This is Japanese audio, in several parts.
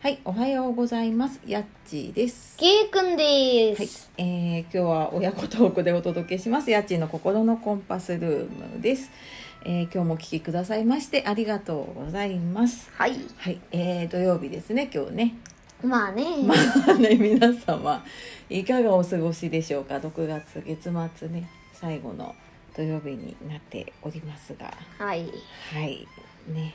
はい、おはようございます。やっちーです。ケイくんではいす。、えー、今日は親子トークでお届けします。やっちーの心のコンパスルームです。えー、今日もお聞きくださいましてありがとうございます。はい。はい、えー、土曜日ですね。今日ね。 まあね。まあね、皆様いかがお過ごしでしょうか。6月月末ね、最後の土曜日になっておりますが。はい。はいね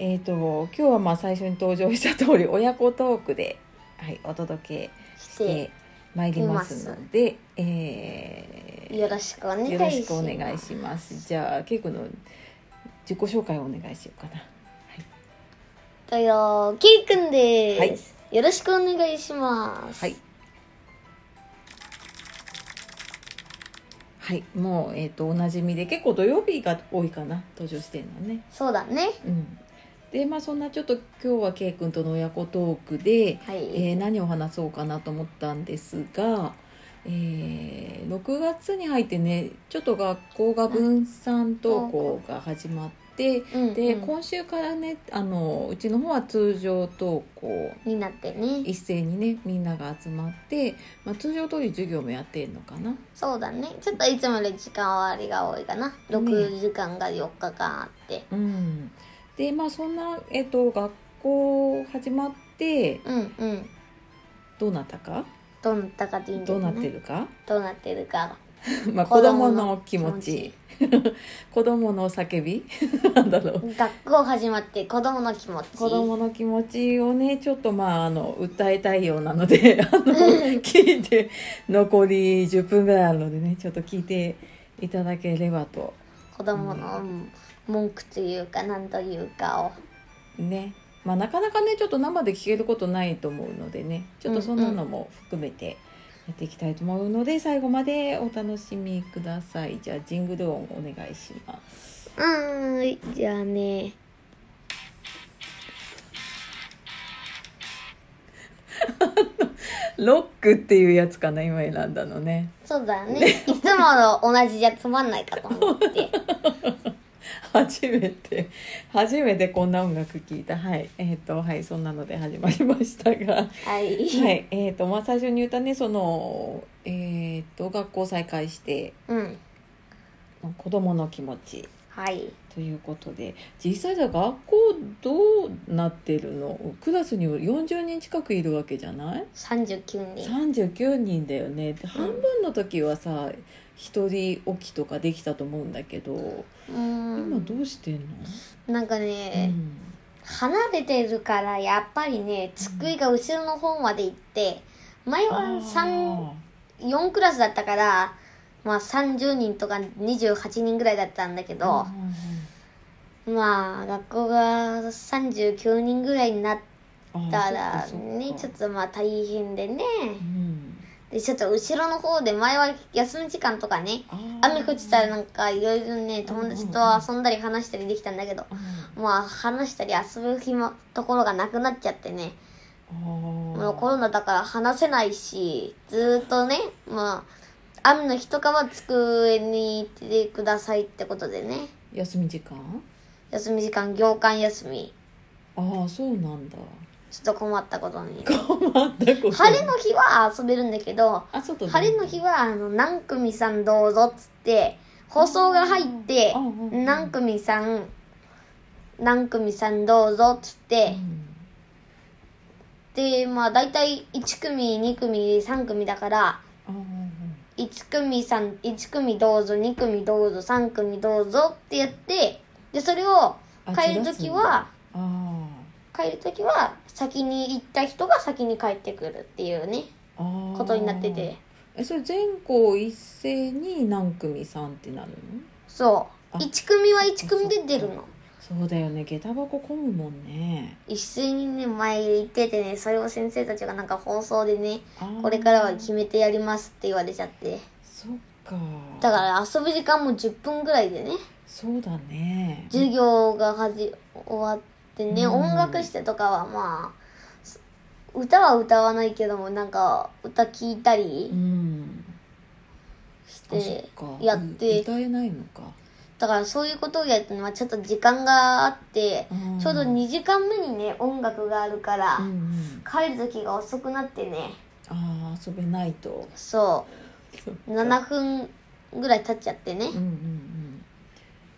えー、と今日はまあ最初に登場した通り親子トークで、はい、お届けししてて、まいりますのでえーよろしくお願いしよまろす。しくお願いしますじゃあケイ君の自己紹介をお願いしようかなだよ、ケイくんです、よろしくお願いします。はい。はいもう、えー、とおなじみで結構土曜日が多いかな登場してるのはねそうだね。うんでまあそんなちょっと今日はケイ君との親子トークで、はい。えー何を話そうかなと思ったんですが、えー6月に入ってねちょっと学校が分散登校が始まってうんでうん今週からねあのうちの方は通常登校になってね。一斉にねみんなが集まって、まあ、通常通り授業もやってんのかな。そうだね。ちょっといつもより時間割りが多いかな。6時間が4日間あって。うん、でまあそんな、えっと学校始まってうんうん。どうなったかどうなったかっていいんだどようねなってるか、 どうなってるか。まあ、子供の気持ち。子供の叫び なんだろう学校始まって子供の気持ち。子供の気持ちをねちょっとまああの訴えたいようなの であの聞いて残り10分ぐらいあるのでねちょっと聞いていただければと子供の文句というか何というかを。ねまあなかなかねちょっと生で聞けることないと思うのでねちょっとそんなのも含めてやっていきたいと思うので、最後までお楽しみくださいじゃあジングル音お願いしますはーい、じゃあね。ロックっていうやつかな今選んだのねそうだね。いつもの同じじゃつまんないかと思って。初めて初めてこんな音楽聴いたはいえっ、とはいそんなので始まりましたがは はい。いえっ、とまあ最初に言ったねそのえっ、と学校再開してうん。子どもの気持ちはい。ということで実際だ学校どうなってるのクラスに40人近くいるわけじゃない39人。 39人だよねで半分の時はさ一人置きとかできたと思うんだけどう今ん。どうしてんの、なんかうね、ん離れてるからやっぱりね、机が後ろの方まで行って、前は3、あ4クラスだったから、まあ30人とか28人ぐらいだったんだけーど、うんうんうんまあ学校が39人ぐらいになっあたらそっかそっかね、ちょっとまあ大変でね。うんでちょっと後ろの方で前は休み時間とかねあー雨降ってたらなんかいろいろね友達と遊んだり話したりできたんだけどまあ話したり遊ぶ暇ところがなくなっちゃってねうんあーもうコロナだから話せないしずーっとねまあ雨の日とかは机に行ってくださいってことでね休み時間休み時間業間休みああそうなんだちょっと困ったことに困ったこと晴れの日は遊べるんだけどあ外で晴れの日はあの何組さんどうぞっつって放送が入ってうんうんうん何組さん何組さんどうぞっつってうんでまあ大体1組2組3組だからあーうん1組さん1組どうぞ2組どうぞ3組どうぞってやってでそれをあ帰る時はあ帰る時は先に行った人が先に帰ってくるっていうねーあーことになっててえそれ全校一斉に何組さんってなるのそうあ1組は1組で出るの。そうだよね下駄箱混むもんね一斉にね前行っててねそれを先生たちがなんか放送でねあーこれからは決めてやりますって言われちゃってそっかだから遊ぶ時間も10分ぐらいでねそうだね授業がはじ終わってねうん音楽室とかはまあす歌は歌わないけどもなんか歌聞いたうりんしあそってかやって歌えないのかだからそういうことをやるのはちょっと時間があって、うんちょうど2時間目にね音楽があるから、うんうん帰る時が遅くなってねああ遊べないと そそうう7分ぐらい経っちゃってね、うんうんうん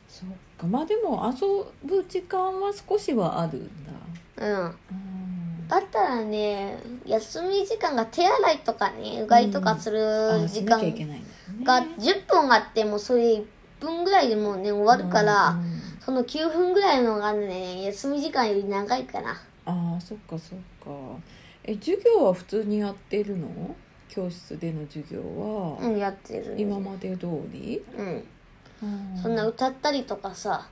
そっかまあでも遊ぶ時間は少しはあるんだうん、うんだったらね休み時間が手洗いとかねうがいとかするあ時しな間きゃいけないんだがよね10分あってもそれ1分ぐらいでもうね終わるから、うんうんその9分ぐらいのがね休み時間より長いかなああそっかそっかえ授業は普通にやってるの教室での授業うはんやってる今まで通り、うんそんな歌ったりとかさ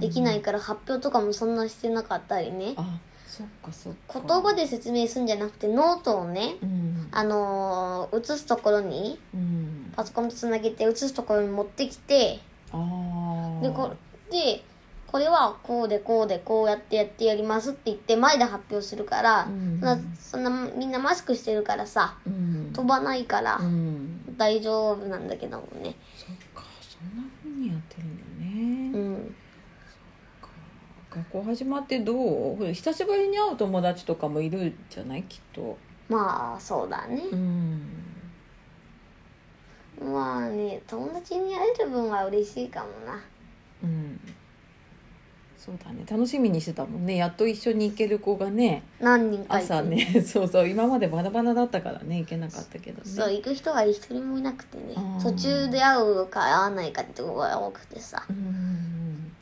できないから発表とかもそんなしてなかったりねあそっかそっか言葉で説明するんじゃなくてノートをねうんあのー写すところにうんパソコンとつなげて写すところに持ってきてああでこでこれはこうでこうでこうやってやってやりますって言って前で発表するから、うんそんなそんなみんなマスクしてるからさうん飛ばないからうん大丈夫なんだけどもね、そっかそんなふうにやってるんうだね、ん、学校始まってどうほら久しぶりに会う友達とかもいるじゃないきっとまあそうだね、うんまあね友達に会える分は嬉しいかもなうんそうだね楽しみにしてたもんねやっと一緒に行ける子がね何人かいて朝ね そうそう今までバラバラだったからね行けなかったけどねそう行く人が一人もいなくてねうん途中で会うか会わないかってとこが多くてさうんうんうん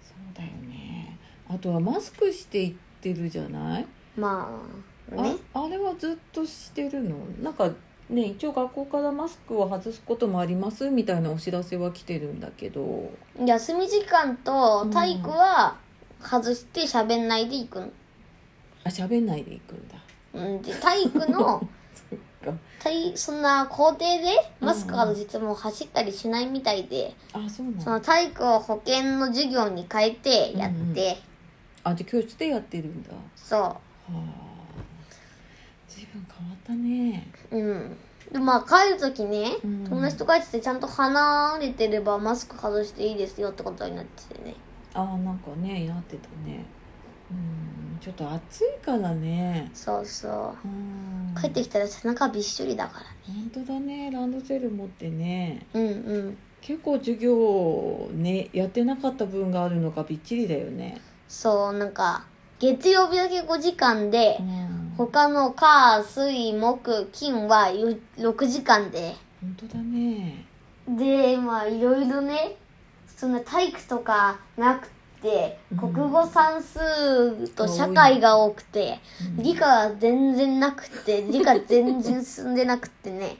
そうだよねあとはマスクして行ってるじゃないまあねああれはずっとしてるのなんかね一応学校からマスクを外すこともありますみたいなお知らせは来てるんだけど休み時間と体育は外して喋んないで行くの、あ喋んないで行くんだう ん、で体育のそっか体そんな校庭でマスク外しても走ったりしないみたいで、あそうなんそだの体育を保健の授業に変えてやって、うんうんあじゃあ教室でやってるんだはそあ随分変わったねううんでまあ帰る時ね、うん友達と帰っててちゃんと離れてればマスク外していいですよってことになっててねあーなんかねやってたねうんちょっと暑いからねそうそううん帰ってきたら背中びっしょりだか本当だねランドセル持ってねらねうんうん結構授業ねやってなかった分があるのかびっちりだよね。そうなんか月曜日だけ5時間で、ん本他の火水木金はよ6時間で当だね。でまあいろいろねそんな体育とかなくてうん国語算数と社会が多くて、うん理科は全然なく て理科全然進んでなくてね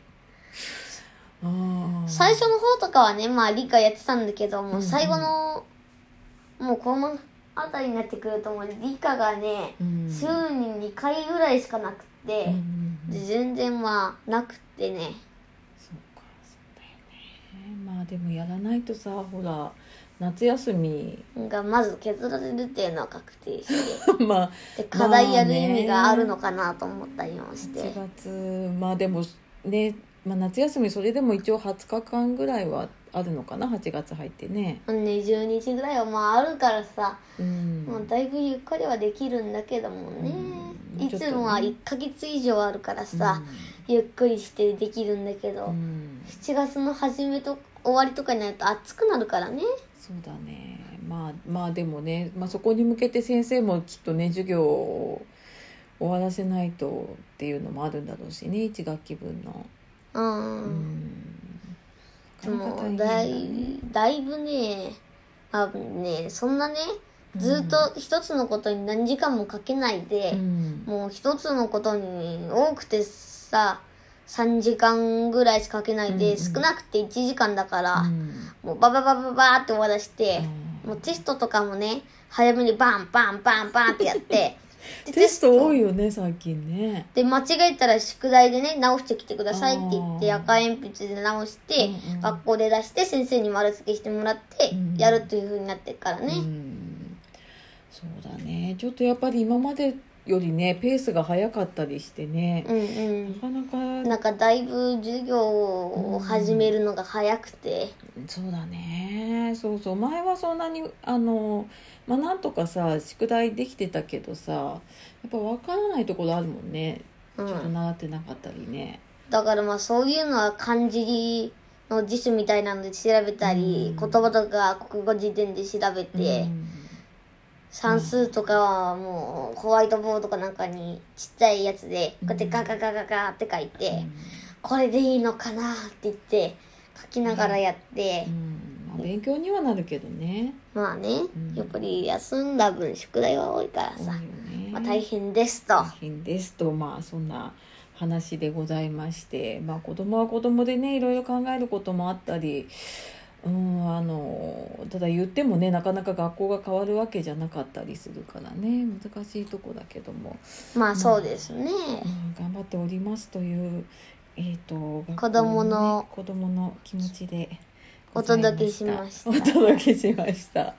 ああ。最初の方とかはねまあ理科やってたんだけどもううん最後の、もうこの辺りになってくるともう理科がねうん週に2回ぐらいしかなくて、うんうんうんで全然まあなくってねそうかそうだよね。まあでもやらないとさほら夏休み がまず削られるっていうのは確定してまあでまあ課題やる意味があるのかなと思ったりもして、 1月まあでもね、まあ、夏休みそれでも一応20日間ぐらいはあるのかな8月入ってね。 20日ぐらいはまああるからさ、うん。もうだいぶゆっくりはできるんだけどもね、うんいつもはちょっ1ヶ月以上あるからさ、ゆっくりしてできるんだけど、うんうん7月の初めと終わりとかになると暑くなるからねそうだねまあまあでもね、まあ、そこに向けて先生もきっとね授業を終わらせないとっていうのもあるんだろうしね1学期分の。うん、うんでもなかなかだ大い変だいぶねあねそんなねうんずっと一つのことに何時間もかけないで、だねうんもう一つのことに多くてさ3時間ぐらいしかかけないで、うんうん少なくて1時間だから、うんもうババババババーって終わらして、もうテストとかもね早めにバンバンバンバンってやってでテスト多テいよね最近ね。で間違えたら宿題でね直してきてくださいって言ってあー赤鉛筆で直して、うんうん学校で出して先生に丸付けしてもらってうんやるというふうになってるからね、うんそうだねちょっとやっぱり今までよりねペースが早かったりしてね、うんうんなかななかんかだいぶ授業を始めるのが早くて、そうだねそうそう前はそんなにあのまあなんとかさ宿題できてたけどさやっぱ分からないところあるもんねうちょっとん、習ってなかったりね、だからまあそういうのは漢字の辞書みたいなので調べたり、うん言葉とか国語辞典で調べて、うん算数とかはもうホワイトボードかなんかにちっちゃいやつでこうやってガガガガガって書いて、これでいいのかなって言って書きながらやってう、んまあ、勉強にはなるけどねまあね、んやっぱり休んだ分宿題は多いから多いさよ、ねまあ、大変ですと。大変ですとまあそんな話でございまして、まあ、子供は子供でねいろいろ考えることもあったりうんあのただ言ってもねなかなか学校が変わるわけじゃなかったりするからね難しいとこだけども、まあそうですうね。ん頑張っておりますという、えー、と学子校供のね子供の気持ちでお届けしまし たお届けしました。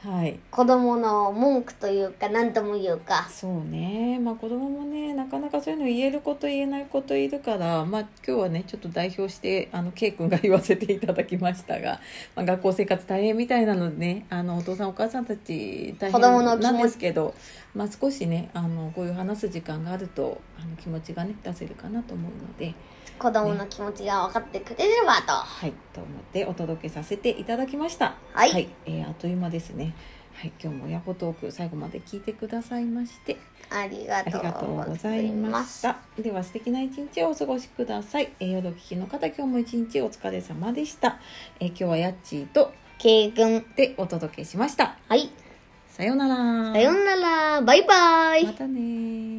はい子供の文句というか何とも言うか。そうね、まあ、子供もねなかなかそういうの言えること言えないこといるから、まあ、今日はねちょっと代表してあの K 君が言わせていただきましたが、まあ、学校生活大変みたいなのでねあのお父さんお母さんたち大子変供の気持ちなんですけど、まあ、少しねあのこういう話す時間があるとあの気持ちがね出せるかなと思うので、子供の気持ちが分かってくれればと。はい、と思ってお届けさせていただきました。はいえーあっという間ですね。はい、今日も親子トーク最後まで聞いてくださいまして。ありがありとがとううごござざいいまましした。た。では素敵な一日をお過ごしください。えー、夜お聞きの方、今日も一日お疲れ様でした。えー、今日はやっちーと K 君。でお届けしました。はい。さようなら。さようなら。バイバイ。またねー